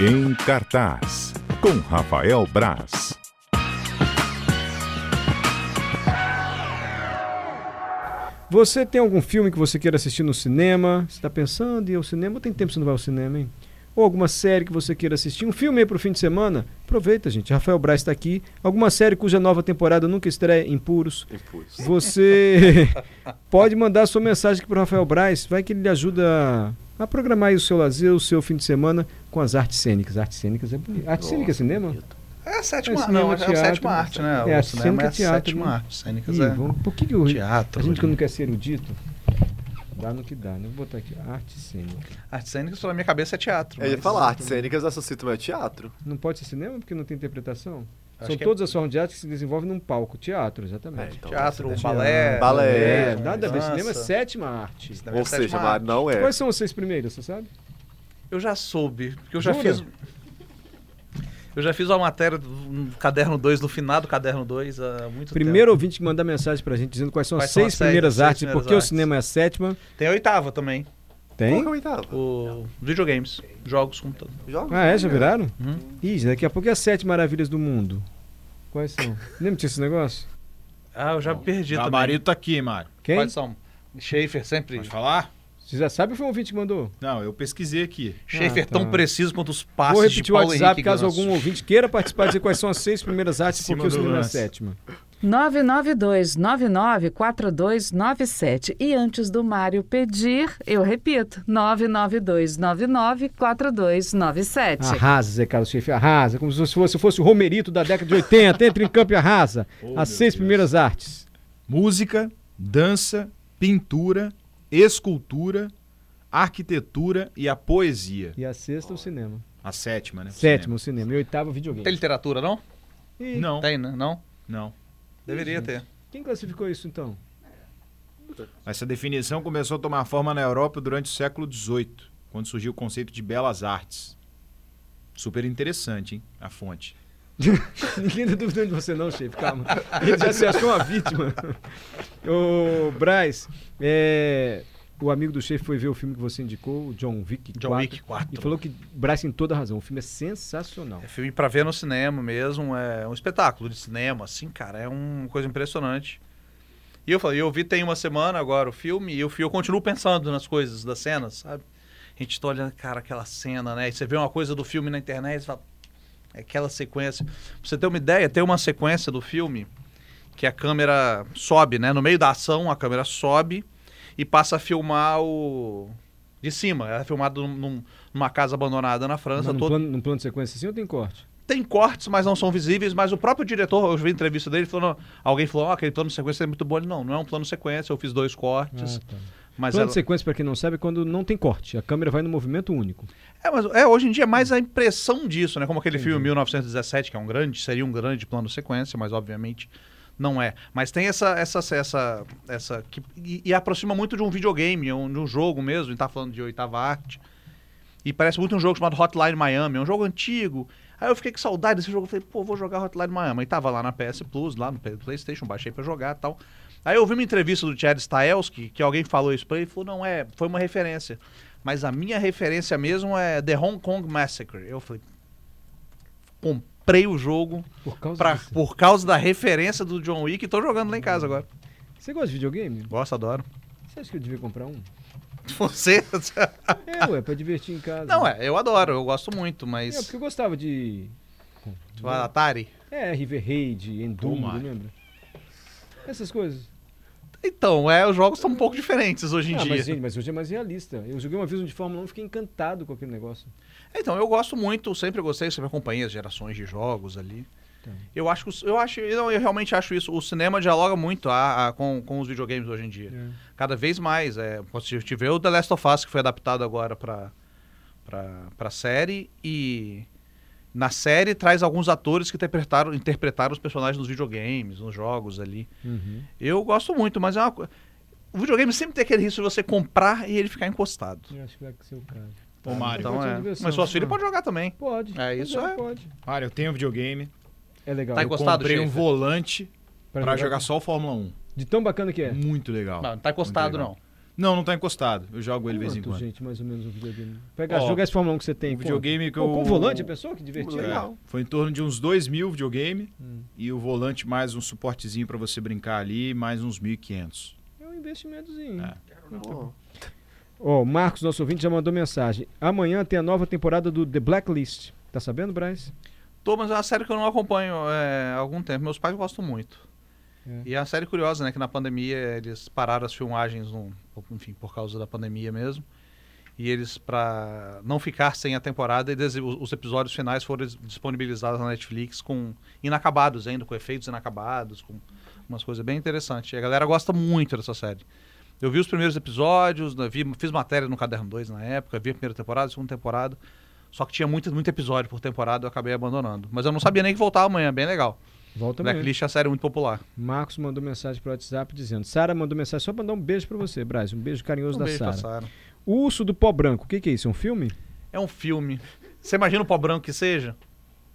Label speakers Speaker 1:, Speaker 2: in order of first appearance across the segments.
Speaker 1: Em cartaz, com Rafael Braz.
Speaker 2: Você tem algum filme que você queira assistir no cinema? Você está pensando em ir ao cinema? Tem tempo que você não vai ao cinema, hein? Ou alguma série que você queira assistir? Um filme aí para o fim de semana? Aproveita, gente. Rafael Braz está aqui. Alguma série cuja nova temporada nunca estreia em puros?
Speaker 3: Impulso.
Speaker 2: Você pode mandar sua mensagem aqui para Rafael Braz. Vai que ele lhe ajuda a programar aí o seu lazer, o seu fim de semana com as artes cênicas. Artes cênicas é bonito. Arte cênica é cinema?
Speaker 3: É a
Speaker 2: É
Speaker 3: sétima,
Speaker 2: cinema,
Speaker 3: não, é
Speaker 2: teatro,
Speaker 3: a sétima arte, né?
Speaker 2: é,
Speaker 3: o cinema
Speaker 2: cênica,
Speaker 3: é a
Speaker 2: teatro,
Speaker 3: sétima
Speaker 2: né?
Speaker 3: arte. Cênicas
Speaker 2: Ih,
Speaker 3: é
Speaker 2: vamos- por que, que o
Speaker 3: teatro.
Speaker 2: A gente que
Speaker 3: né?
Speaker 2: não quer ser erudito, dá no que dá, né? Vou botar aqui, arte cênica.
Speaker 3: Artes cênicas, pela minha cabeça, é teatro.
Speaker 4: Eu ia
Speaker 3: mas-
Speaker 4: falar, artes cênicas eu associo ao teatro.
Speaker 2: Não pode ser cinema porque não tem interpretação?
Speaker 3: Acho
Speaker 2: São
Speaker 3: que é-
Speaker 2: todas as formas de arte que se desenvolvem num palco. Teatro, exatamente.
Speaker 4: então,
Speaker 3: Teatro,
Speaker 4: você-
Speaker 3: balé.
Speaker 4: Balé.
Speaker 2: É, nada a ver. Cinema é
Speaker 3: dança.
Speaker 2: sétima arte.
Speaker 3: Cinema é
Speaker 4: Ou
Speaker 3: a sétima
Speaker 4: seja, mas
Speaker 3: arte.
Speaker 4: não é.
Speaker 2: Quais são as seis primeiras, você sabe?
Speaker 3: Eu já soube, porque eu já
Speaker 2: Jura?
Speaker 3: fiz. um- Eu já fiz uma matéria do- no caderno 2, no finado caderno 2, há muito
Speaker 2: Primeiro ouvinte que mandar mensagem pra gente dizendo quais são
Speaker 3: Quais
Speaker 2: as
Speaker 3: são
Speaker 2: seis
Speaker 3: as seis-
Speaker 2: primeiras
Speaker 3: seis
Speaker 2: artes e
Speaker 3: primeiras
Speaker 2: por que o
Speaker 3: artes?
Speaker 2: cinema é a sétima.
Speaker 3: tempo. Tem a oitava também.
Speaker 4: Qual
Speaker 2: Tem?
Speaker 4: que é o oitavo?
Speaker 3: O videogames, jogos, computador.
Speaker 4: Joga.
Speaker 2: Ah, é? Já viraram?
Speaker 3: Uhum.
Speaker 2: Ih, daqui a pouco é as sete maravilhas do mundo. Quais são? Lembra disso esse negócio?
Speaker 3: Ah, eu já perdi também.
Speaker 5: Gabarito tá aqui, Mário.
Speaker 2: Quem?
Speaker 3: Quais são? Schaefer sempre.
Speaker 5: Pode falar?
Speaker 2: Você já sabe ou foi um ouvinte que mandou?
Speaker 5: Não, eu pesquisei aqui.
Speaker 3: Schaefer
Speaker 2: Ah, tá.
Speaker 3: tão preciso quanto os
Speaker 2: Vou
Speaker 3: passes de
Speaker 2: repetir o
Speaker 3: Paulo
Speaker 2: WhatsApp
Speaker 3: Henrique
Speaker 2: caso
Speaker 3: Ganso.
Speaker 2: algum ouvinte queira participar e dizer quais são as seis primeiras artes e por
Speaker 5: Cima
Speaker 2: que o
Speaker 5: do
Speaker 2: cinema é a
Speaker 5: lance.
Speaker 2: sétima.
Speaker 6: 992994297 e antes do Mário pedir, eu repito, 992994297.
Speaker 2: Arrasa, Zé Carlos Schaefer, arrasa. Como se fosse, se fosse o Romerito da década de 80. Entra em campo e arrasa.
Speaker 5: Oh,
Speaker 2: As
Speaker 5: meu
Speaker 2: seis
Speaker 5: Deus.
Speaker 2: primeiras artes.
Speaker 5: Música, dança, pintura, escultura, arquitetura e a poesia.
Speaker 2: E a sexta, o cinema.
Speaker 5: A sétima, né?
Speaker 2: Sétima, É o cinema. E oitava, o videogame.
Speaker 3: Tem literatura, não?
Speaker 2: E
Speaker 5: Cinema. Não,
Speaker 3: Tem, né? Não?
Speaker 5: não.
Speaker 3: Deveria ter.
Speaker 2: quem classificou isso, então?
Speaker 5: Essa definição começou a tomar forma na Europa durante o século XVIII, quando surgiu o conceito de belas artes. Super interessante, hein? A fonte.
Speaker 2: Ninguém tá duvidando de você não, chefe, calma. Ele já se achou uma vítima. Ô, Braz, é, o amigo do chefe foi ver o filme que você indicou, o John Wick 4.
Speaker 3: John Wick 4.
Speaker 2: E falou que Braz tem toda a razão, o filme é sensacional.
Speaker 3: É filme pra ver no cinema mesmo, é um espetáculo de cinema, assim, cara, é uma coisa impressionante. E eu falei, eu vi tem uma semana agora o filme e eu, fi- eu continuo pensando nas coisas, das cenas, sabe? A gente tá olhando, cara, aquela cena, né? E você vê uma coisa do filme na internet e fala, é aquela sequência. Pra você ter uma ideia, tem uma sequência do filme que a câmera sobe, né? No meio da ação, a câmera sobe e passa a filmar o. de cima. Ela é filmada num- num- numa casa abandonada na
Speaker 2: Mas
Speaker 3: França,
Speaker 2: num,
Speaker 3: toda
Speaker 2: plano, num plano de sequência assim ou tem corte?
Speaker 3: tem cortes, mas não são visíveis, mas o próprio diretor, eu vi a entrevista dele, falando, alguém falou, ó, aquele plano sequência é muito bom. Ele, não, não é um plano sequência, eu fiz dois
Speaker 2: Ah,
Speaker 3: cortes.
Speaker 2: tá.
Speaker 3: Mas,
Speaker 2: É. plano
Speaker 3: ela-
Speaker 2: de sequência, pra quem não sabe, é quando não tem corte. A câmera vai no movimento único.
Speaker 3: é, mas é, hoje em dia é mais a impressão disso, né? Como aquele filme 1917, que é um grande, seria um grande plano sequência, mas obviamente não é. Mas tem essa, essa, essa, essa que, e, e aproxima muito de um videogame, um- de um jogo mesmo, a gente tá falando de oitava arte. E parece muito um jogo chamado Hotline Miami, é um jogo antigo. Aí eu fiquei com saudade desse jogo, eu falei, pô, vou jogar Hotline Miami. E tava lá na PS Plus, lá no P- PlayStation, baixei pra jogar e tal. Aí eu vi uma entrevista do Chad Stahelski, que alguém falou isso pra ele, e falou, não, é, foi uma referência. Mas a minha referência mesmo é The Hong Kong Massacre. Eu falei, comprei o jogo
Speaker 2: Por causa
Speaker 3: pra-
Speaker 2: disso.
Speaker 3: por causa da referência do John Wick e tô jogando lá em casa agora.
Speaker 2: Você gosta de videogame?
Speaker 3: Gosto, adoro.
Speaker 2: Você acha que eu devia comprar um?
Speaker 3: Você?
Speaker 2: É, ué, pra divertir em casa.
Speaker 3: Não, é, eu adoro, eu gosto muito,
Speaker 2: É,
Speaker 3: mas...
Speaker 2: porque eu gostava de
Speaker 3: Tu vai Atari?
Speaker 2: É, River Raid, Enduro,
Speaker 5: Pô, Mário.
Speaker 2: lembra? Essas coisas.
Speaker 3: Então, é, os jogos estão um pouco diferentes hoje em
Speaker 2: Ah,
Speaker 3: dia.
Speaker 2: mas, gente, mas hoje é mais realista. Eu joguei uma vez um de Fórmula 1 e fiquei encantado com aquele negócio.
Speaker 3: Então, eu gosto muito, sempre gostei, sempre acompanhei as gerações de jogos ali. Eu acho que os- eu acho, eu, não, eu realmente acho isso. O cinema dialoga muito a- a- com, com os videogames hoje em dia. Cada vez mais. É, você tiver o The Last of Us, que foi adaptado agora pra, pra, pra série, e na série traz alguns atores que interpretaram, interpretaram os personagens nos videogames, nos jogos ali.
Speaker 2: Uhum.
Speaker 3: Eu gosto muito, mas é uma co- O videogame sempre tem aquele risco de você comprar e ele ficar encostado.
Speaker 2: Eu acho que vai ser o caso.
Speaker 5: Ô, Mário.
Speaker 3: Então,
Speaker 2: Pode ser
Speaker 3: é.
Speaker 2: diversão.
Speaker 3: Mas suas filhas
Speaker 2: Ah.
Speaker 3: podem jogar também.
Speaker 2: Pode.
Speaker 3: É, isso
Speaker 2: Mas
Speaker 3: é-
Speaker 2: Pode.
Speaker 5: Mário, eu tenho videogame.
Speaker 2: É legal.
Speaker 3: Tá
Speaker 5: Eu
Speaker 3: encostado,
Speaker 5: comprei um
Speaker 3: Schaefer?
Speaker 5: volante pra jogar só o Fórmula 1.
Speaker 2: De tão bacana que é.
Speaker 5: Muito legal.
Speaker 3: Não, não tá encostado,
Speaker 5: Muito legal.
Speaker 3: não.
Speaker 5: Não, não tá encostado. Eu jogo ele de vez em
Speaker 2: Quanto,
Speaker 5: quando.
Speaker 2: gente, mais ou menos um videogame? Pega,
Speaker 5: Ó,
Speaker 2: jogar esse Fórmula 1 que você tem.
Speaker 5: O videogame que
Speaker 2: com,
Speaker 5: eu.
Speaker 2: com volante, a pessoa que divertido.
Speaker 4: Legal.
Speaker 5: É, foi em torno de uns 2 mil videogame
Speaker 2: Hum.
Speaker 5: e o volante mais um suportezinho pra você brincar ali, mais uns 1.500.
Speaker 2: É um investimentozinho.
Speaker 5: É.
Speaker 4: Pô,
Speaker 2: Ó, o Marcos, nosso ouvinte, já mandou mensagem. Amanhã tem a nova temporada do The Blacklist. Tá sabendo, Braz?
Speaker 3: Tô, mas é uma série que eu não acompanho é, há algum tempo. Meus pais gostam muito.
Speaker 2: É.
Speaker 3: E é uma série curiosa, né? Que na pandemia eles pararam as filmagens, no- enfim, por causa da pandemia mesmo. E eles, pra não ficar sem a temporada, eles- os os episódios finais foram disponibilizados na Netflix com inacabados ainda, com efeitos inacabados, com umas coisas bem interessantes. E a galera gosta muito dessa série. Eu vi os primeiros episódios, né, vi- fiz matéria no Caderno 2 na época, vi a primeira temporada, a segunda temporada. Só que tinha muito, muito episódio por temporada, eu acabei abandonando. Mas eu não sabia nem que voltava amanhã, bem legal.
Speaker 2: Volta mesmo.
Speaker 3: Blacklist é uma série muito popular.
Speaker 2: Marcos mandou mensagem pro WhatsApp dizendo: Sara mandou mensagem só pra mandar um beijo pra você, Braz. Um beijo carinhoso
Speaker 3: Um
Speaker 2: da
Speaker 3: beijo pra
Speaker 2: Sara.
Speaker 3: Sara.
Speaker 2: O Urso do Pó Branco, o que, que é isso? É um filme?
Speaker 3: É um filme. Você imagina o pó branco que seja?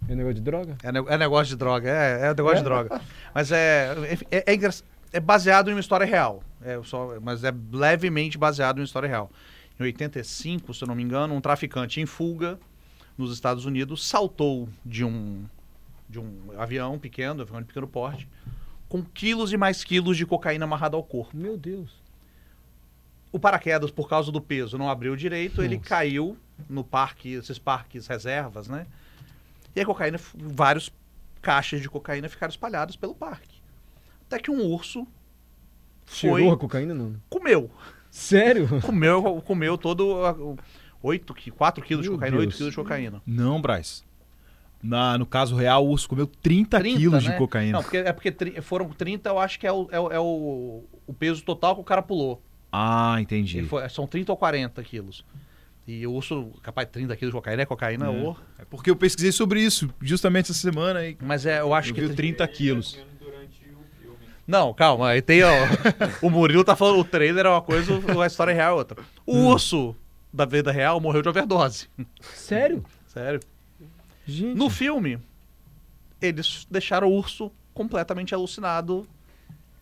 Speaker 2: É um negócio de droga?
Speaker 3: É, ne- é negócio de droga, é, é negócio de droga. Mas é é, é, engra- é baseado em uma história real. É só, mas é levemente baseado em uma história real. Em 85, se eu não me engano, um traficante em fuga nos Estados Unidos saltou de um de um avião pequeno, avião de pequeno porte, com quilos e mais quilos de cocaína amarrada ao corpo.
Speaker 2: Meu Deus.
Speaker 3: O paraquedas, por causa do peso, não abriu direito, ele
Speaker 2: Nossa.
Speaker 3: caiu no parque, esses parques reservas, né? E a cocaína, f- vários caixas de cocaína ficaram espalhados pelo parque. Até que um urso foi,
Speaker 2: Cheirou a cocaína, não?
Speaker 3: comeu.
Speaker 2: Sério?
Speaker 3: Comeu, comeu todo a- o- oito qui- 4 quilos de
Speaker 2: Meu
Speaker 3: cocaína, 8
Speaker 2: Deus.
Speaker 3: quilos de cocaína.
Speaker 5: Não, Braz. Na, no caso real, o urso comeu 30,
Speaker 3: 30,
Speaker 5: quilos
Speaker 3: né?
Speaker 5: de cocaína.
Speaker 3: Não, porque, é porque tri- foram 30, eu acho que é o, é o, é o- o peso total que o cara pulou.
Speaker 5: Ah, entendi.
Speaker 3: Ele foi- são 30 ou 40 quilos. E o urso, capaz, 30 quilos de cocaína é cocaína,
Speaker 5: É.
Speaker 3: ô.
Speaker 5: É porque eu pesquisei sobre isso justamente essa semana e
Speaker 3: Mas é, né? eu acho
Speaker 5: eu
Speaker 3: que.
Speaker 5: vi o
Speaker 3: tri-
Speaker 5: 30 quilos.
Speaker 3: Não, calma, aí tem, ó, o Murilo tá falando, o trailer é uma coisa, o- a história real é outra. O urso da vida real morreu de overdose.
Speaker 2: Sério?
Speaker 3: Sério.
Speaker 2: Gente.
Speaker 3: No filme, eles deixaram o urso completamente alucinado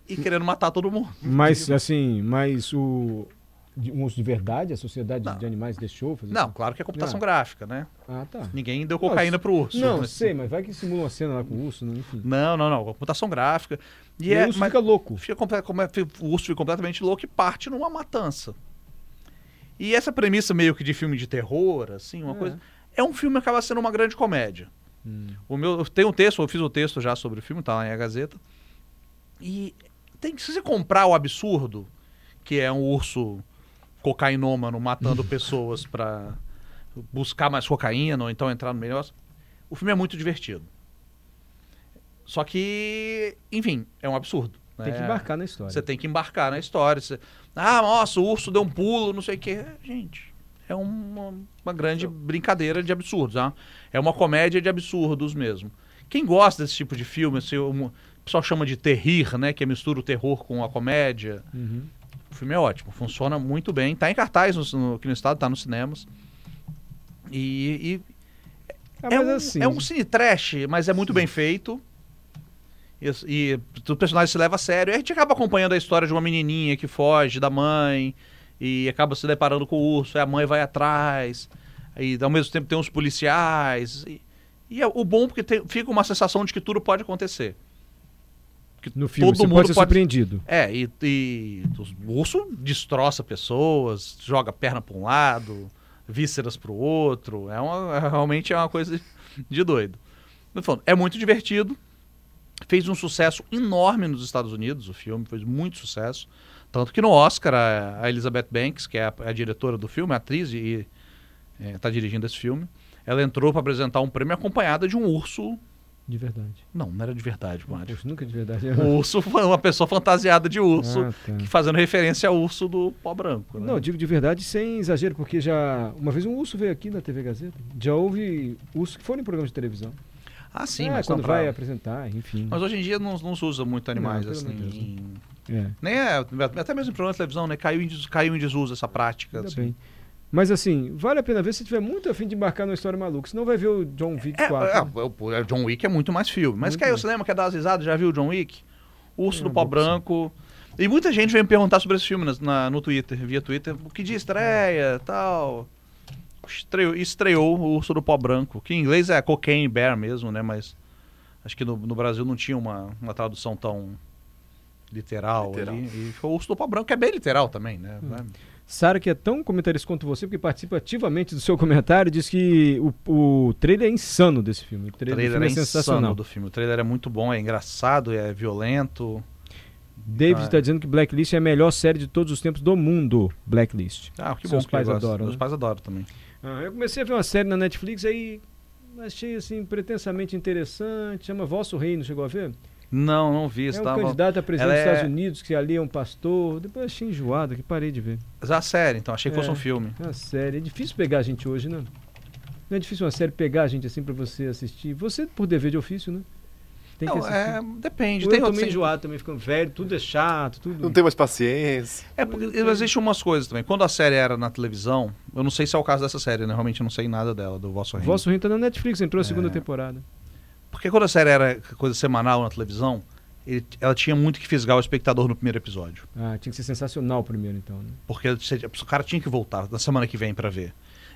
Speaker 3: e querendo matar todo mundo.
Speaker 2: Mas, assim, mas o. de- Um urso de verdade? A sociedade de animais deixou fazer
Speaker 3: Não,
Speaker 2: isso?
Speaker 3: claro que é
Speaker 2: Não.
Speaker 3: computação gráfica, né?
Speaker 2: Ah, tá.
Speaker 3: Ninguém deu cocaína pro urso.
Speaker 2: Não,
Speaker 3: Mas-
Speaker 2: sei, mas vai que simula uma cena lá com o urso, né? Enfim.
Speaker 3: Não, não, não. Computação gráfica. E,
Speaker 2: E
Speaker 3: é,
Speaker 2: o urso
Speaker 3: mas-
Speaker 2: fica louco.
Speaker 3: Fica comple- como é- o urso fica completamente louco e parte numa matança. E essa premissa meio que de filme de terror, assim, uma
Speaker 2: É.
Speaker 3: coisa. É um filme que acaba sendo uma grande comédia.
Speaker 2: Hum.
Speaker 3: O meu, eu tenho um texto, eu fiz o texto já sobre o filme, tá lá na Gazeta. E tem que se você comprar o absurdo, que é um urso cocainômano matando pessoas pra buscar mais cocaína ou então entrar no melhor. O filme é muito divertido. Só que, enfim, é um absurdo. né?
Speaker 2: Tem que embarcar na história.
Speaker 3: Você tem que embarcar na história. Você- Ah, nossa, o urso deu um pulo, não sei o quê. Gente, é uma, uma grande brincadeira de absurdos. Ah? É uma comédia de absurdos mesmo. Quem gosta desse tipo de filme, assim, um- o pessoal chama de terrir, né? Que é mistura o terror com a comédia.
Speaker 2: Uhum.
Speaker 3: O filme é ótimo, funciona muito bem. Tá em cartaz no, no- aqui no estado, tá nos cinemas. E, e
Speaker 2: Ah,
Speaker 3: é,
Speaker 2: mas
Speaker 3: um,
Speaker 2: assim,
Speaker 3: é um cine trash, mas é muito bem feito. E, e o personagem se leva a sério. E a gente acaba acompanhando a história de uma menininha que foge da mãe e acaba se deparando com o urso. E a mãe vai atrás. E ao mesmo tempo tem uns policiais. E, e é o bom porque tem- fica uma sensação de que tudo pode acontecer. Que
Speaker 2: no filme você pode ser surpreendido.
Speaker 3: é, e, e os- o urso destroça pessoas, joga perna para um lado, vísceras para o outro. É uma, é- realmente é uma coisa de doido. Mas, falando, É muito divertido. Fez um sucesso enorme nos Estados Unidos, o filme fez muito sucesso. Tanto que no Oscar, a, a Elizabeth Banks, que é a, a diretora do filme, a atriz e está dirigindo esse filme, ela entrou para apresentar um prêmio acompanhada de um urso.
Speaker 2: De verdade.
Speaker 3: Não, não era de verdade, Mário.
Speaker 2: Poxa, nunca de verdade.
Speaker 3: O urso foi uma pessoa fantasiada de um urso
Speaker 2: Ah, tá.
Speaker 3: que fazendo referência ao urso do pó branco. Né?
Speaker 2: Não, eu digo de verdade sem exagero, porque já. Uma vez um urso veio aqui na TV Gazeta. Já houve urso que foram em programas de televisão.
Speaker 3: ah, sim,
Speaker 2: Ah,
Speaker 3: mas,
Speaker 2: quando
Speaker 3: não pra-
Speaker 2: vai apresentar, enfim.
Speaker 3: mas hoje em dia não, não se usa muito animais
Speaker 2: Não, pelo
Speaker 3: assim.
Speaker 2: amor de Deus,
Speaker 3: em-
Speaker 2: É,
Speaker 3: Nem é, até mesmo em programa de televisão, né? Caiu em, des- caiu em desuso essa prática.
Speaker 2: ainda
Speaker 3: assim.
Speaker 2: bem. Mas assim, vale a pena ver se tiver muito afim de embarcar numa história maluca. Senão vai ver o John Wick
Speaker 3: É, é,
Speaker 2: 4. né?
Speaker 3: o- é, John Wick é muito mais filme. Mas
Speaker 2: Muito
Speaker 3: caiu,
Speaker 2: mais.
Speaker 3: você lembra que é das risadas? Já viu o John Wick? Urso
Speaker 2: É
Speaker 3: do
Speaker 2: uma
Speaker 3: pó
Speaker 2: boa opção.
Speaker 3: branco. E muita gente veio me perguntar sobre esse filme nas- na- no Twitter, via Twitter, o que dia estreia, tal. Estreou, estreou o Urso do Pó Branco, que em inglês é Cocaine Bear mesmo, né? Mas acho que no, no Brasil não tinha uma, uma tradução tão literal,
Speaker 4: Literal.
Speaker 3: ali. E foi o Urso do Pó Branco, que é bem literal também, né?
Speaker 2: Sara, que é tão comentarista quanto você, porque participa ativamente do seu comentário, diz que o, o trailer é insano desse filme. O
Speaker 3: O
Speaker 2: trailer, do
Speaker 3: trailer
Speaker 2: filme
Speaker 3: é
Speaker 2: é sensacional.
Speaker 3: insano do filme. O trailer é muito bom, é engraçado, é violento.
Speaker 2: David
Speaker 3: Ah, é.
Speaker 2: está dizendo que Blacklist é a melhor série de todos os tempos do mundo. Blacklist.
Speaker 3: Ah, que
Speaker 2: Seus
Speaker 3: bom que
Speaker 2: pais
Speaker 3: ele gosta.
Speaker 2: adoram,
Speaker 3: Meus
Speaker 2: né?
Speaker 3: pais adoram também.
Speaker 2: Ah, eu comecei a ver uma série na Netflix, aí achei assim pretensamente interessante. Chama Vosso Reino, chegou a ver?
Speaker 3: Não, não vi. tá
Speaker 2: é um
Speaker 3: tava-
Speaker 2: candidato a presidente
Speaker 3: Ela
Speaker 2: dos Estados
Speaker 3: é-
Speaker 2: Unidos que ali é um pastor. Depois achei enjoado, que parei de ver.
Speaker 3: Mas é a série, então. Achei que fosse
Speaker 2: É.
Speaker 3: um filme.
Speaker 2: É uma série. É difícil pegar a gente hoje, né? Não é difícil uma série pegar a gente assim pra você assistir. Você, por dever de ofício, né? Tem que
Speaker 3: Não,
Speaker 2: assistir.
Speaker 3: é, depende.
Speaker 2: Eu
Speaker 3: tem
Speaker 2: tô
Speaker 3: outros-
Speaker 2: meio enjoado também, ficando velho, tudo é chato, tudo.
Speaker 4: Não tem mais paciência.
Speaker 3: É porque existem umas coisas também. Quando a série era na televisão, eu não sei se é o caso dessa série, né? Realmente eu não sei nada dela, do Vosso Reino.
Speaker 2: Vosso Rio tá na Netflix, entrou a segunda
Speaker 3: É.
Speaker 2: temporada.
Speaker 3: Porque quando a série era coisa semanal na televisão, ele- ela tinha muito que fisgar o espectador no primeiro episódio.
Speaker 2: Ah, tinha que ser sensacional primeiro, então, né?
Speaker 3: Porque você- o cara tinha que voltar na semana que vem pra ver.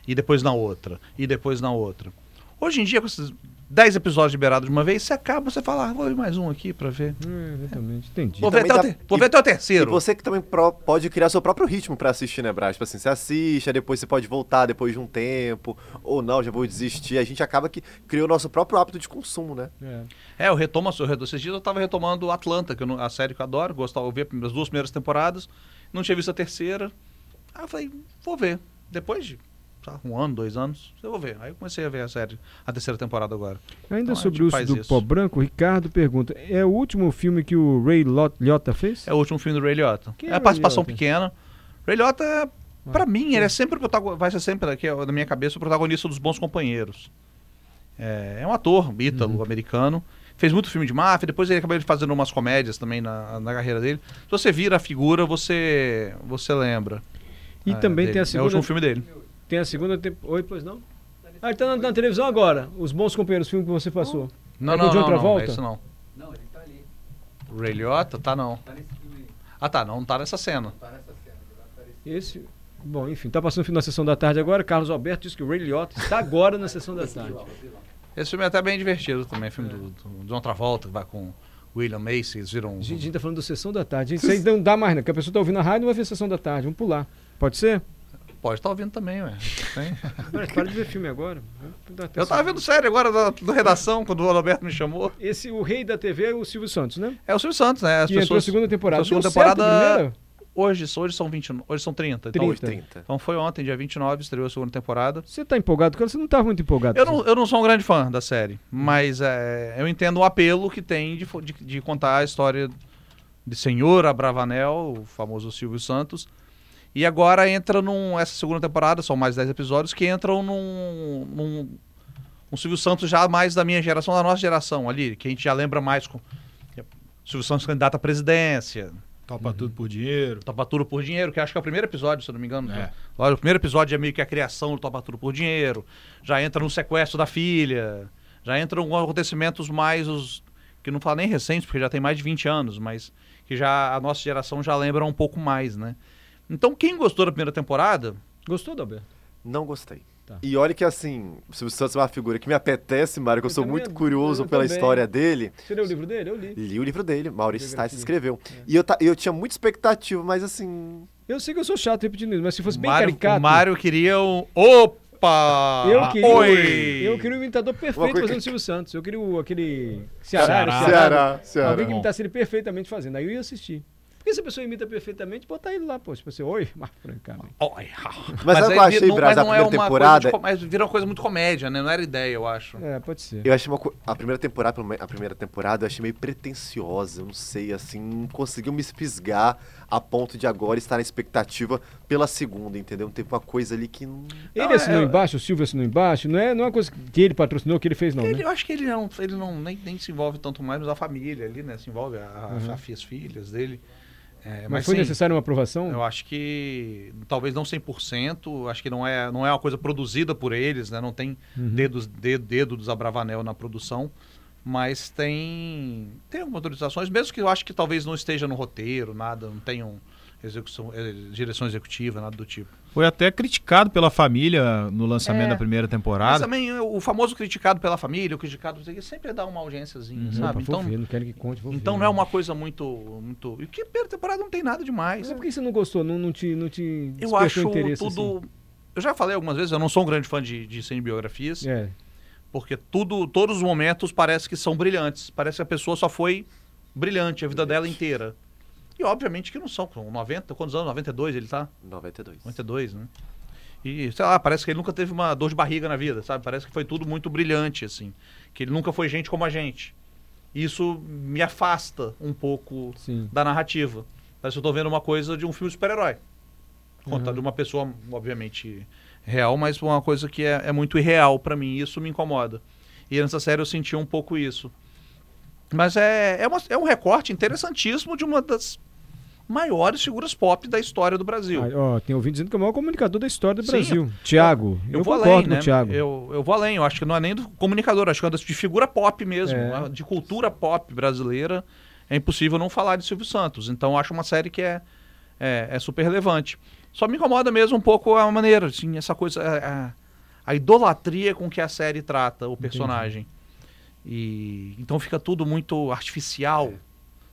Speaker 3: E depois na outra. E depois na outra. Hoje em dia, com esses 10 episódios liberados de uma vez, você acaba, você fala, ah, vou ver mais um aqui pra ver.
Speaker 2: É, exatamente. Entendi.
Speaker 3: Vou ver, até,
Speaker 4: também
Speaker 3: o
Speaker 4: dá-
Speaker 3: ter- vou
Speaker 4: e-
Speaker 3: ver até o
Speaker 4: E
Speaker 3: terceiro.
Speaker 4: você que também pro- pode criar seu próprio ritmo pra assistir, né, Brás? Tipo assim, você assiste, aí depois você pode voltar depois de um tempo, ou não, já vou desistir. A gente acaba que criou o nosso próprio hábito de consumo, né?
Speaker 2: É.
Speaker 3: É, eu retomo, eu retomo. Esses dias eu tava retomando Atlanta, que eu não- a série que eu adoro, gostava, eu vi as duas primeiras temporadas, não tinha visto a terceira. Aí eu falei, vou ver. Depois de sei lá, um ano, dois anos, eu vou ver. Aí eu comecei a ver a série, a terceira temporada agora.
Speaker 2: Ainda
Speaker 3: Então, a
Speaker 2: sobre
Speaker 3: gente
Speaker 2: o uso
Speaker 3: faz
Speaker 2: do
Speaker 3: isso.
Speaker 2: pó branco, o Ricardo pergunta: é o último filme que o Ray Lot- Liotta fez?
Speaker 3: É o último filme do Ray Liotta.
Speaker 2: Quem é
Speaker 3: é a
Speaker 2: o
Speaker 3: participação
Speaker 2: Ray Liotta?
Speaker 3: pequena. Ray Liotta, pra
Speaker 2: Ah,
Speaker 3: mim, ele é sempre o protagonista, vai ser sempre aqui ó, na minha cabeça o protagonista dos Bons Companheiros. É, é um ator
Speaker 2: Uhum.
Speaker 3: ítalo-americano. Fez muito filme de máfia, depois ele acabou fazendo umas comédias também na, na carreira dele. Se você vira a figura, você você lembra.
Speaker 2: E
Speaker 3: é,
Speaker 2: também
Speaker 3: dele.
Speaker 2: tem a
Speaker 3: É o
Speaker 2: segunda
Speaker 3: último filme dele.
Speaker 2: Tem a segunda temporada. Oi, pois não? Ah, ele tá na, na televisão agora. Os bons companheiros, filme que você passou.
Speaker 3: Não,
Speaker 2: É com
Speaker 3: não,
Speaker 2: o John
Speaker 3: não, não,
Speaker 2: Travolta?
Speaker 3: é isso não.
Speaker 7: Não, ele tá ali.
Speaker 3: O Ray Liotta tá não.
Speaker 7: Tá nesse filme. aí,
Speaker 3: Ah tá, não tá nessa cena.
Speaker 7: Tá nessa cena. Ele vai aparecer.
Speaker 2: Esse. Bom, enfim, tá passando o fim da sessão da tarde agora. Carlos Alberto diz que o Ray Liotta está agora na sessão da tarde.
Speaker 3: Esse filme é até bem divertido também, é filme do, do John Travolta, que vai com William Macy, eles viram... um
Speaker 2: Gente, a gente tá falando da sessão da tarde. Gente, Isso aí não dá mais, né? Porque a pessoa tá ouvindo a rádio e não vai ver sessão da tarde. Vamos pular. Pode ser?
Speaker 3: Pode estar Tá ouvindo também, ué. Tem.
Speaker 2: Mas para de ver filme agora. Vamos dar atenção.
Speaker 3: Eu tava vendo série agora da, da redação, quando o Roberto me chamou.
Speaker 2: Esse, o rei da TV é o Silvio Santos, né?
Speaker 3: É o Silvio Santos, né? As
Speaker 2: que entrou a
Speaker 3: pessoas...
Speaker 2: segunda temporada.
Speaker 3: entrou a
Speaker 2: Deu
Speaker 3: segunda
Speaker 2: certo a
Speaker 3: temporada-
Speaker 2: primeira?
Speaker 3: Hoje, hoje são 20, hoje são 30. Então,
Speaker 2: 30.
Speaker 4: 80.
Speaker 3: então foi ontem, dia 29, estreou a segunda temporada.
Speaker 2: Você tá empolgado com ela? Você não tá muito empolgado.
Speaker 3: Eu
Speaker 2: com
Speaker 3: não, eu não sou um grande fã da série, mas é, eu entendo o apelo que tem de, fo- de- de contar a história de Senhor Abravanel, o famoso Silvio Santos. E agora entra num. Essa segunda temporada, são mais 10 episódios, que entram num. num um Silvio Santos já mais da minha geração, da nossa geração ali, que a gente já lembra mais. Com, é Silvio Santos candidato à presidência,
Speaker 5: Topa
Speaker 3: Uhum.
Speaker 5: tudo por dinheiro.
Speaker 3: Topa Tudo por Dinheiro, que acho que é o primeiro episódio, se eu não me engano.
Speaker 5: É.
Speaker 3: Olha, o primeiro episódio é meio que a criação do Topa Tudo por Dinheiro. Já entra no sequestro da filha. Já entram alguns acontecimentos mais os. que não fala nem recentes, porque já tem mais de 20 anos, mas que já a nossa geração já lembra um pouco mais, né? Então, quem gostou da primeira temporada,
Speaker 2: isso. Gostou, Dalberto?
Speaker 4: Não gostei.
Speaker 2: Tá.
Speaker 4: E olha que assim, o Silvio Santos é uma figura que me apetece, Mário, que eu,
Speaker 2: Eu
Speaker 4: sou
Speaker 2: também-
Speaker 4: muito curioso
Speaker 2: eu
Speaker 4: pela
Speaker 2: também.
Speaker 4: história dele.
Speaker 2: Você leu o livro dele? Eu li.
Speaker 4: Li o livro dele, Maurício Stites
Speaker 2: Biografia.
Speaker 4: escreveu.
Speaker 2: É.
Speaker 4: E eu, ta- eu tinha muita expectativa, mas assim.
Speaker 2: Eu sei que eu sou chato repetindo isso, mas se fosse
Speaker 3: o
Speaker 2: bem
Speaker 3: Mário,
Speaker 2: caricato.
Speaker 3: o Mário queria um. Opa!
Speaker 2: Eu queria,
Speaker 3: Ah.
Speaker 2: um-
Speaker 3: Oi!
Speaker 2: eu queria o imitador
Speaker 4: Uma
Speaker 2: perfeito
Speaker 4: coisa
Speaker 2: fazendo o Silvio Santos. Eu queria o, aquele. Ceará, era
Speaker 5: Ceará.
Speaker 2: Ceará.
Speaker 4: Ceará.
Speaker 2: Alguém que
Speaker 3: Tá
Speaker 5: Bom.
Speaker 2: imitasse ele perfeitamente fazendo. Aí eu ia assistir. Porque se a pessoa imita perfeitamente, botar ele lá, pô. Tipo assim, oi, Marco Franco. cara.
Speaker 3: Oi.
Speaker 4: Mas sabe o que eu
Speaker 3: aí vi-
Speaker 4: achei,
Speaker 3: não-
Speaker 4: Braz,
Speaker 3: mas
Speaker 4: da
Speaker 3: não
Speaker 4: primeira
Speaker 3: é uma coisa de
Speaker 4: temporada?
Speaker 3: co- Mas virou coisa muito comédia, né? Não era ideia, eu acho.
Speaker 2: É, pode ser.
Speaker 4: Eu achei uma co- a primeira temporada, pelo me- a primeira temporada eu achei meio pretensiosa, eu não sei, assim, não conseguiu me fisgar a ponto de agora estar na expectativa pela segunda, entendeu? Teve uma coisa ali que não
Speaker 2: Ele
Speaker 3: Não, é-
Speaker 2: assinou embaixo, o Silvio assinou embaixo. Não é, não é uma coisa que ele patrocinou, que ele fez, não,
Speaker 3: Ele- é,
Speaker 2: né?
Speaker 3: eu acho que ele não, ele não nem, nem se envolve tanto mais, mas a família ali, né? Se envolve a, a-
Speaker 2: Uhum.
Speaker 3: a fi- as filhas dele. É,
Speaker 2: Mas foi
Speaker 3: sim,
Speaker 2: necessária uma aprovação? Uhum.
Speaker 3: Eu acho que talvez não 100%, acho que não é, não é uma coisa produzida por eles, né? Não tem
Speaker 2: Uhum.
Speaker 3: dedos, de- dedo dos Abravanel na produção. Mas tem tem algumas autorizações, mesmo que eu acho que talvez não esteja no roteiro, nada, não tenha um execução, eh, direção executiva, nada do tipo.
Speaker 5: Foi até criticado pela família no lançamento
Speaker 6: É.
Speaker 5: da primeira
Speaker 3: Mas
Speaker 5: temporada.
Speaker 3: também eh, o famoso criticado pela família, o criticado não sei o quê, sempre dá uma audiênciazinha,
Speaker 5: Uhum.
Speaker 3: sabe?
Speaker 2: então,
Speaker 3: Então,
Speaker 2: não quero que conte, vou
Speaker 3: então
Speaker 2: ver. né?
Speaker 3: não é uma coisa muito. muito... E que primeira temporada não tem nada demais.
Speaker 2: Mas por que você não gostou? Não, não te, não te
Speaker 3: Eu
Speaker 2: despertou
Speaker 3: acho
Speaker 2: interesse,
Speaker 3: tudo. Eu já falei algumas vezes, eu não sou um grande fã de, de cinebiografias,
Speaker 2: assim? É.
Speaker 3: porque tudo, todos os momentos parece que são brilhantes. Parece que a pessoa só foi brilhante a vida dela inteira. E obviamente que não são. Com 90, quantos anos? 92 ele tá?
Speaker 4: 92.
Speaker 3: 92, né? E, sei lá, parece que ele nunca teve uma dor de barriga na vida, sabe? Parece que foi tudo muito brilhante, assim. Que ele nunca foi gente como a gente. E Isso me afasta um pouco
Speaker 2: Sim.
Speaker 3: da narrativa. Parece que eu tô vendo uma coisa de um filme de super-herói. Conta
Speaker 2: Uhum.
Speaker 3: de uma pessoa, obviamente, real, mas uma coisa que é, é muito irreal pra mim. E isso me incomoda. E nessa série eu senti um pouco isso. Mas é, é, uma- é um recorte interessantíssimo de uma das maiores figuras pop da história do Brasil.
Speaker 2: Ah, ó, tem ouvido dizendo que é o maior comunicador da história do
Speaker 3: Sim,
Speaker 2: Brasil. Tiago, eu,
Speaker 3: vou
Speaker 2: concordo
Speaker 3: além,
Speaker 2: com
Speaker 3: né?
Speaker 2: o Tiago.
Speaker 3: Eu, eu vou além, eu acho que não é nem do comunicador, acho que é das- de figura pop mesmo,
Speaker 2: É.
Speaker 3: né? de cultura pop brasileira. É impossível não falar de Silvio Santos. Então eu acho uma série que é, é, é super relevante. Só me incomoda mesmo um pouco a maneira, assim, essa coisa, a, a- a idolatria com que a série trata o personagem. E então fica tudo muito artificial.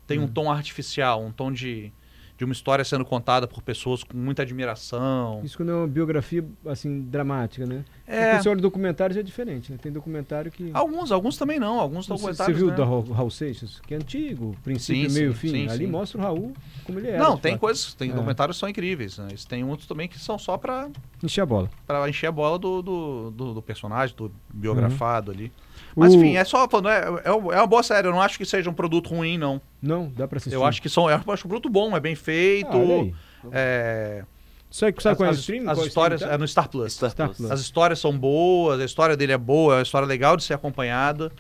Speaker 3: Tem um
Speaker 2: Hum.
Speaker 3: tom artificial, um tom de, de uma história sendo contada por pessoas com muita admiração.
Speaker 2: Isso quando é uma biografia, assim, dramática, né?
Speaker 3: É.
Speaker 2: Porque você olha documentários é diferente, né? Tem documentário que...
Speaker 3: Alguns, alguns também não. Alguns estão
Speaker 2: Você- Você
Speaker 3: comentários.
Speaker 2: viu o
Speaker 3: né?
Speaker 2: da Ra- Raul Seixas, que é antigo, princípio,
Speaker 3: Sim,
Speaker 2: meio
Speaker 3: sim,
Speaker 2: fim.
Speaker 3: sim,
Speaker 2: Ali
Speaker 3: sim.
Speaker 2: mostra o Raul como ele era.
Speaker 3: Não,
Speaker 2: de
Speaker 3: tem
Speaker 2: fato.
Speaker 3: coisas, tem
Speaker 2: É.
Speaker 3: documentários que são incríveis, né? Isso Tem outros também que são só pra,
Speaker 2: Encher a bola.
Speaker 3: pra encher a bola do, do, do- do personagem, do biografado ali.
Speaker 2: Uhum.
Speaker 3: Mas enfim, é só falando, é, é um- é uma boa série, eu não acho que seja um produto ruim, não.
Speaker 2: Não, dá pra assistir.
Speaker 3: Eu acho que são. Eu acho um produto bom, é bem feito.
Speaker 2: Ah, olha aí.
Speaker 3: é,
Speaker 2: Sabe, sabe
Speaker 3: as,
Speaker 2: qual é o
Speaker 3: as-
Speaker 2: stream?
Speaker 3: as
Speaker 2: Qual é o
Speaker 3: histórias
Speaker 2: stream,
Speaker 3: é
Speaker 2: tá?
Speaker 3: no Star Plus.
Speaker 4: Star
Speaker 2: Star
Speaker 4: Plus.
Speaker 2: Plus.
Speaker 3: As histórias são boas, a história dele é boa, é uma história legal de ser acompanhada.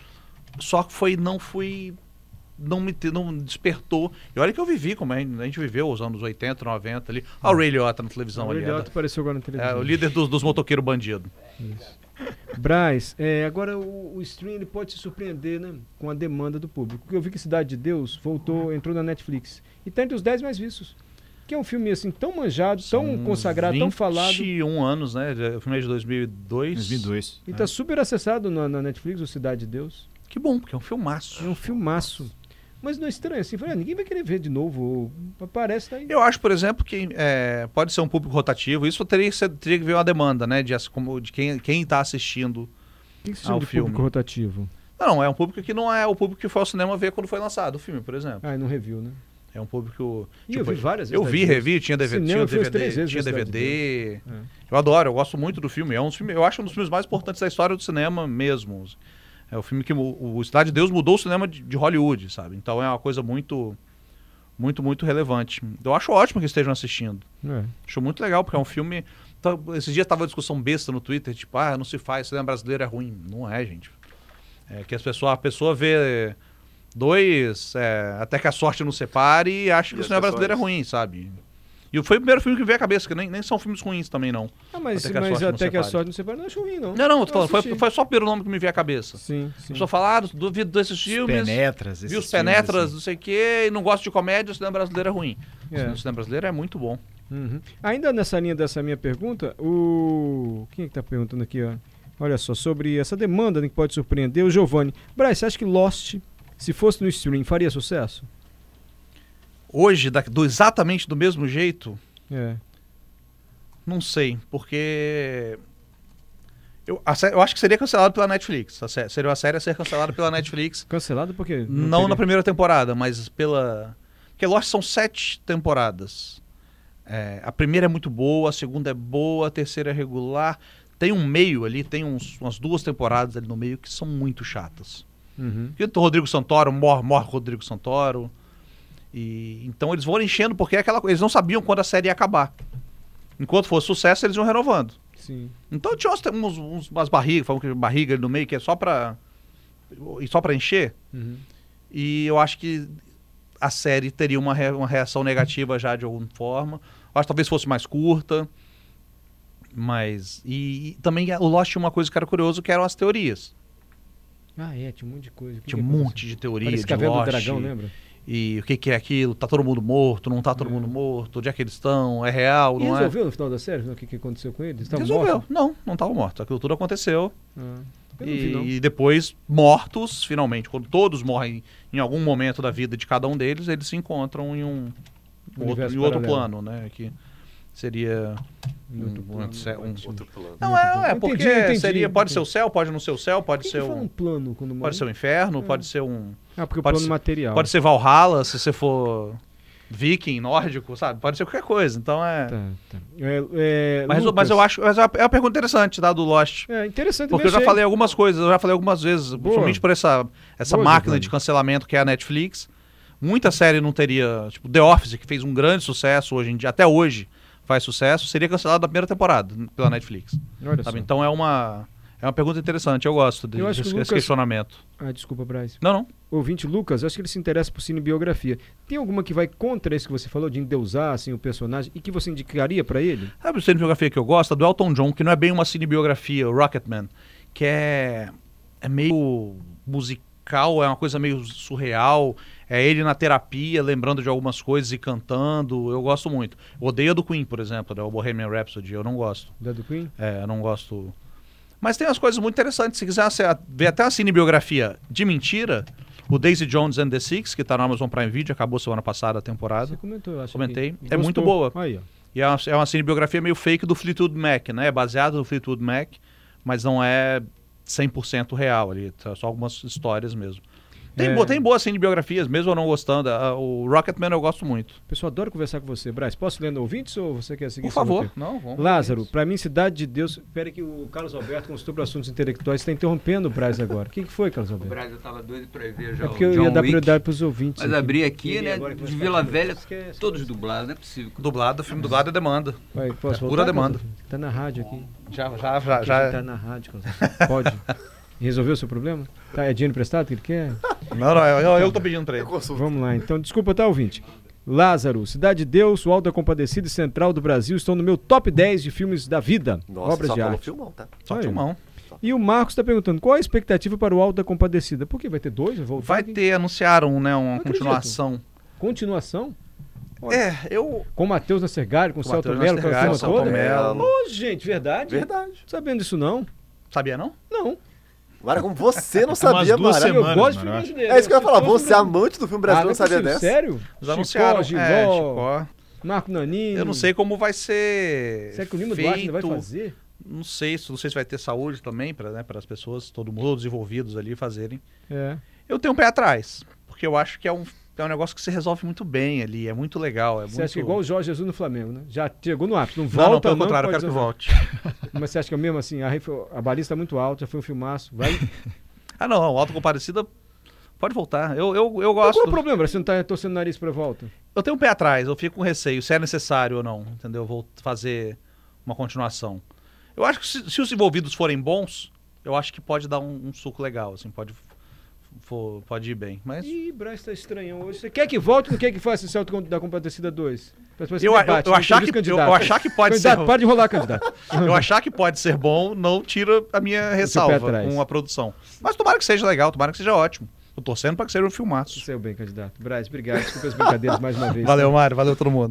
Speaker 3: Só que foi, não fui. Não me te- não despertou. E olha que eu vivi, como a gente, a gente viveu os anos 80, 90 ali. Olha o Ray Liotta na televisão
Speaker 2: Hum. É O
Speaker 3: ali.
Speaker 2: Eliotto
Speaker 3: era-
Speaker 2: apareceu agora na
Speaker 3: é,
Speaker 2: televisão.
Speaker 3: o líder dos, dos motoqueiros bandido.
Speaker 2: Braz, é, agora o, o stream ele pode se surpreender né, com a demanda do público. Porque eu vi que Cidade de Deus voltou, entrou na Netflix. E tá entre os 10 mais vistos. Que é um filme assim tão manjado, tão consagrado, tão falado.
Speaker 3: 21 anos, né? O filme é de 2002.
Speaker 5: 2002.
Speaker 2: E tá super acessado na, na Netflix, o Cidade de Deus.
Speaker 3: Que bom, porque é um
Speaker 2: É
Speaker 3: filmaço.
Speaker 2: um filmaço. Mas não é estranho assim. Falei, ah, ninguém vai querer ver de novo. ou Aparece tá daí.
Speaker 3: Eu acho, por exemplo, que é, pode ser um público rotativo. Isso teria que, ser- teria que ver uma demanda, né? De, as- como- de quem, quem tá assistindo
Speaker 2: O que, que se
Speaker 3: Ah,
Speaker 2: chama
Speaker 3: o
Speaker 2: de
Speaker 3: filme.
Speaker 2: público rotativo?
Speaker 3: Não, é um público que não é o público que foi ao cinema ver quando foi lançado o filme, por exemplo.
Speaker 2: Ah, não review, né?
Speaker 3: É um público.
Speaker 2: Ih, eu vi várias vezes
Speaker 3: Eu vi,
Speaker 2: Cidade de
Speaker 3: revi, tinha DVD.
Speaker 2: Cinema eu fui
Speaker 3: Tinha
Speaker 2: umas
Speaker 3: DVD,
Speaker 2: três vezes É.
Speaker 3: tinha
Speaker 2: ver Cidade de
Speaker 3: DVD.
Speaker 2: Deus.
Speaker 3: Eu adoro, eu gosto muito do filme. É um dos filmes, eu acho um dos filmes mais importantes da história do cinema mesmo. É o filme que mu- o Cidade de Deus mudou o cinema de, de Hollywood, sabe? Então é uma coisa muito, muito, muito relevante. Eu acho ótimo que estejam assistindo.
Speaker 2: É.
Speaker 3: Acho muito legal, porque é um filme. Tá- Esses dias tava uma discussão besta no Twitter, tipo, ah, não se faz, cinema brasileiro é ruim. Não é, gente. É que as pessoas, a pessoa vê dois, é, até que a sorte não separe, e acha que
Speaker 4: E
Speaker 3: o
Speaker 4: as
Speaker 3: cinema brasileiro é
Speaker 4: pessoas?
Speaker 3: ruim, sabe? E foi o primeiro filme que veio à cabeça, que nem, nem são filmes ruins também, não.
Speaker 2: Ah, mas
Speaker 3: Até
Speaker 2: até
Speaker 3: que a
Speaker 2: mas
Speaker 3: sorte não
Speaker 2: até que a
Speaker 3: separe.
Speaker 2: sorte não separa, não acho ruim, não.
Speaker 3: Não, não, eu tô
Speaker 2: Eu
Speaker 3: falando, foi,
Speaker 2: assisti.
Speaker 3: foi só pelo nome que me veio à cabeça.
Speaker 2: Sim, sim.
Speaker 3: A pessoa fala, ah, duvido desses filmes,
Speaker 5: Penetras. esses
Speaker 3: viu os
Speaker 5: filmes,
Speaker 3: penetras,
Speaker 5: assim.
Speaker 3: não sei o quê, e não gosto de comédia, o cinema brasileiro é ruim.
Speaker 2: É.
Speaker 3: O cinema brasileiro é muito bom.
Speaker 2: Uhum. Ainda nessa linha dessa minha pergunta, o. Quem é que tá perguntando aqui, ó? Olha só, sobre essa demanda né, que pode surpreender, o Giovanni. Braz, você acha que Lost, se fosse no stream, faria sucesso?
Speaker 3: Hoje, da- do, exatamente do mesmo jeito,
Speaker 2: É.
Speaker 3: Não sei, porque. Eu, a sé- eu acho que seria cancelado pela Netflix. A sé- seria uma série a ser cancelada pela Netflix.
Speaker 2: Cancelado porque.
Speaker 3: não na
Speaker 2: teria-
Speaker 3: primeira temporada, mas pela. Porque Lost são sete temporadas. É, a primeira é muito boa, a segunda é boa, a terceira é regular. Tem um meio ali, tem uns- umas duas temporadas ali no meio que são muito chatas.
Speaker 2: Uhum.
Speaker 3: E o Rodrigo Santoro, morre, morre o Rodrigo Santoro. E, então eles vão enchendo, porque é aquela, co- eles não sabiam quando a série ia acabar. Enquanto fosse sucesso, eles iam renovando.
Speaker 2: Sim.
Speaker 3: Então tinha uns, uns- uns- umas barrigas, falam que barriga ali no meio que é só pra. e só pra encher.
Speaker 2: Uhum.
Speaker 3: E eu acho que a série teria uma, re- uma reação negativa já de alguma forma. Eu acho que talvez fosse mais curta. eh, Mas. E, e também o Lost tinha uma coisa que era curioso, que eram as teorias.
Speaker 2: Ah, é, tinha um monte de coisa. O que
Speaker 3: Tinha um
Speaker 2: que aconteceu?
Speaker 3: monte de teoria,
Speaker 2: Parece
Speaker 3: de
Speaker 2: Caverna do
Speaker 3: Lost,
Speaker 2: Dragão, né? lembra?
Speaker 3: e o que, que é aquilo, tá todo mundo morto, não tá todo mundo morto, onde é que eles estão, é real,
Speaker 2: E
Speaker 3: não é?
Speaker 2: resolveu no final da série né, o que, que aconteceu com eles? Estavam
Speaker 3: resolveu.
Speaker 2: mortos?
Speaker 3: Não, não estavam mortos. Aquilo tudo aconteceu.
Speaker 2: Ah, eu não vi, não.
Speaker 3: E, e depois, mortos, finalmente, quando todos morrem em algum momento da vida de cada um deles, eles se encontram em um um outro,
Speaker 2: Universo
Speaker 3: em outro
Speaker 2: paralelo.
Speaker 3: plano, né? Que seria.
Speaker 2: Em outro
Speaker 3: um-
Speaker 2: plano,
Speaker 3: um- um-
Speaker 4: Outro plano.
Speaker 3: Não, é, é
Speaker 2: Entendi,
Speaker 3: porque
Speaker 2: entendi,
Speaker 3: seria.
Speaker 2: entendi.
Speaker 3: Pode ser o céu, pode não ser o céu, pode
Speaker 2: Quem
Speaker 3: ser
Speaker 2: que fala um
Speaker 3: um.
Speaker 2: plano quando morre?
Speaker 3: Pode ser o inferno,
Speaker 2: É.
Speaker 3: pode ser um.
Speaker 2: Ah, porque o
Speaker 3: pode
Speaker 2: plano
Speaker 3: ser-
Speaker 2: material.
Speaker 3: Pode ser Valhalla, se você for viking, nórdico, sabe? Pode ser qualquer coisa. Então é.
Speaker 2: Tá, tá. É, é,
Speaker 3: Mas,
Speaker 2: Lucas.
Speaker 3: mas eu acho. Mas é uma- é uma pergunta interessante, tá? Do Lost.
Speaker 2: É interessante
Speaker 3: Porque eu já
Speaker 2: mexer.
Speaker 3: falei algumas coisas, eu já falei algumas vezes, principalmente por essa, essa
Speaker 2: Boa,
Speaker 3: máquina
Speaker 2: Giovanni.
Speaker 3: de cancelamento que é a Netflix. Muita série não teria. Tipo, The Office, que fez um grande sucesso hoje em dia, até hoje faz sucesso, seria cancelado na primeira temporada pela Netflix.
Speaker 2: Olha
Speaker 3: sabe?
Speaker 2: só.
Speaker 3: Então é uma. É uma pergunta interessante, eu gosto de-
Speaker 2: Eu acho
Speaker 3: desse
Speaker 2: que o
Speaker 3: desse
Speaker 2: Lucas-
Speaker 3: questionamento.
Speaker 2: Ah, desculpa, Braz.
Speaker 3: Não, não.
Speaker 2: Ouvinte Lucas, eu acho que ele se interessa por cinebiografia. Tem alguma que vai contra isso que você falou, de endeusar assim, o personagem, e que você indicaria pra ele?
Speaker 3: Sabe o cinebiografia que eu gosto? A do Elton John, que não é bem uma cinebiografia, o Rocketman, que é, é meio musical, é uma coisa meio surreal. É ele na terapia, lembrando de algumas coisas e cantando. Eu gosto muito. Eu odeio a do Queen, por exemplo, né? o Bohemian Rhapsody. Eu não gosto.
Speaker 2: Da do Queen?
Speaker 3: É, eu não gosto. Mas tem umas coisas muito interessantes. Se quiser você a- ver até uma cinebiografia de mentira, o Daisy Jones and the Six, que tá no Amazon Prime Video, acabou semana passada a temporada.
Speaker 2: Você comentou, eu acho.
Speaker 3: Comentei.
Speaker 2: que-
Speaker 3: É
Speaker 2: Gostou.
Speaker 3: muito boa.
Speaker 2: Aí, ó.
Speaker 3: E é uma, é uma cinebiografia meio fake do Fleetwood Mac, né? É baseado no Fleetwood Mac, mas não é 100% real ali. tá? Só algumas histórias mesmo. Tem,
Speaker 2: É.
Speaker 3: bo- tem boas cinebiografias, mesmo eu não gostando. A- O Rocketman eu gosto muito.
Speaker 2: Pessoal, adoro conversar com você. Braz, posso ler no ouvintes ou você quer seguir?
Speaker 3: Por
Speaker 2: esse roteiro?
Speaker 3: favor. Não, vamos.
Speaker 2: é Lázaro, pra mim, Cidade de Deus. Espera que o Carlos Alberto, consultor para assuntos intelectuais, está interrompendo o Braz agora. O que, que foi, Carlos
Speaker 7: O
Speaker 2: Alberto?
Speaker 7: Brasil tava doido pra ver já
Speaker 2: É
Speaker 7: o
Speaker 2: porque eu
Speaker 7: John
Speaker 2: ia dar
Speaker 7: Wick,
Speaker 2: prioridade pros ouvintes.
Speaker 7: Mas abri aqui,
Speaker 2: Ele
Speaker 7: né?
Speaker 2: agora que tá
Speaker 7: De
Speaker 2: vai
Speaker 7: Vila
Speaker 2: ficar-
Speaker 7: Velha,
Speaker 2: Esquece.
Speaker 7: todos dublados, não é possível.
Speaker 3: Dublado, filme dublado é demanda.
Speaker 2: Vai, posso
Speaker 3: É
Speaker 2: voltar,
Speaker 3: pura demanda.
Speaker 2: Carlos Alberto? Tá na rádio aqui.
Speaker 3: Já, já, já.
Speaker 2: Já
Speaker 3: já.
Speaker 2: tá na rádio, Carlos Alberto. Pode. Resolveu o seu problema? Tá, é dinheiro emprestado que ele quer?
Speaker 3: Não, não, eu, eu, eu tô pedindo pra ele.
Speaker 2: Vamos lá, então. Desculpa, tá, ouvinte? Lázaro, Cidade de Deus, O Alto da Compadecida e Central do Brasil estão no meu top 10 de filmes da vida,
Speaker 4: Nossa,
Speaker 2: obras
Speaker 4: só
Speaker 2: de
Speaker 4: falou
Speaker 2: arte.
Speaker 4: filmão, tá?
Speaker 3: Só
Speaker 2: Olha.
Speaker 3: filmão.
Speaker 2: E o Marcos está perguntando, qual a expectativa para o Alto da Compadecida? Por quê? Vai ter dois? Vai voltar?
Speaker 3: Vai
Speaker 2: Quem-
Speaker 3: ter, anunciaram, né? Uma
Speaker 2: Não acredito.
Speaker 3: continuação.
Speaker 2: Continuação?
Speaker 3: É, eu.
Speaker 2: Com o Matheus Nassergalho, com o
Speaker 3: Com
Speaker 2: Celto
Speaker 3: Matheus
Speaker 2: Melo, com a
Speaker 3: Nassergalho,
Speaker 2: turma toda?
Speaker 3: Celto
Speaker 4: Mello.
Speaker 2: Ô, gente, verdade?
Speaker 4: É, Verdade.
Speaker 2: Não sabendo disso não?
Speaker 3: Sabia não?
Speaker 2: Não.
Speaker 4: Mara, como você não sabia,
Speaker 5: duas
Speaker 4: Mara.
Speaker 2: eu
Speaker 5: semanas.
Speaker 2: gosto de
Speaker 5: mano,
Speaker 2: filme
Speaker 5: eu acho.
Speaker 2: brasileiro.
Speaker 4: É isso que eu ia
Speaker 2: Se
Speaker 4: falar.
Speaker 2: fosse
Speaker 4: Você,
Speaker 2: brasileiro-
Speaker 4: amante do filme brasileiro, não
Speaker 2: Ah, é
Speaker 4: sabia
Speaker 2: possível,
Speaker 4: dessa?
Speaker 2: Sério?
Speaker 3: Eles anunciaram. é,
Speaker 2: Giló,
Speaker 3: Chicó.
Speaker 2: Marco Nanini.
Speaker 3: Eu não sei como vai ser.
Speaker 2: Será que é o Lima
Speaker 3: feito.
Speaker 2: Duarte ainda vai fazer?
Speaker 3: Não sei, se- não sei se vai ter saúde também para as pessoas, todo mundo, todos os envolvidos ali fazerem.
Speaker 2: É.
Speaker 3: Eu tenho um pé atrás, porque eu acho que é um, é um negócio que se resolve muito bem ali, é muito legal. É
Speaker 2: Você
Speaker 3: muito...
Speaker 2: acha que é igual o Jorge Jesus no Flamengo, né? Já chegou no ápice, não
Speaker 3: Não,
Speaker 2: volta,
Speaker 3: não, pelo
Speaker 2: não
Speaker 3: contrário, eu
Speaker 2: pode
Speaker 3: quero que
Speaker 2: usar.
Speaker 3: volte.
Speaker 2: Mas você acha que é mesmo assim, a, refe- a baliza está muito alta, já foi um filmaço, vai...
Speaker 3: Ah, não, o Auto Comparecida pode voltar. Eu, eu,
Speaker 2: Qual
Speaker 3: eu gosto.
Speaker 2: é o problema? Você não tá torcendo o nariz pra volta?
Speaker 3: Eu tenho um pé atrás, eu fico com receio se é necessário ou não, entendeu? Eu vou fazer uma continuação. Eu acho que se, se os envolvidos forem bons, eu acho que pode dar um, um suco legal, assim, pode, for- pode ir bem. Mas.
Speaker 2: Ih, Braz tá estranhão hoje. Você quer que volte ou não quer que faça esse salto da Compadecida 2?
Speaker 3: Eu, eu- eu achar que, eu, eu achar que pode ser
Speaker 2: candidato, para de enrolar, candidato.
Speaker 3: eu achar que pode ser bom não tira a minha ressalva
Speaker 2: atrás.
Speaker 3: com a produção mas tomara que seja legal tomara que seja ótimo tô torcendo para que seja um filmaço
Speaker 2: é Seu bem, candidato. Braz, obrigado. Desculpa as brincadeiras mais uma vez.
Speaker 3: valeu Mário valeu todo mundo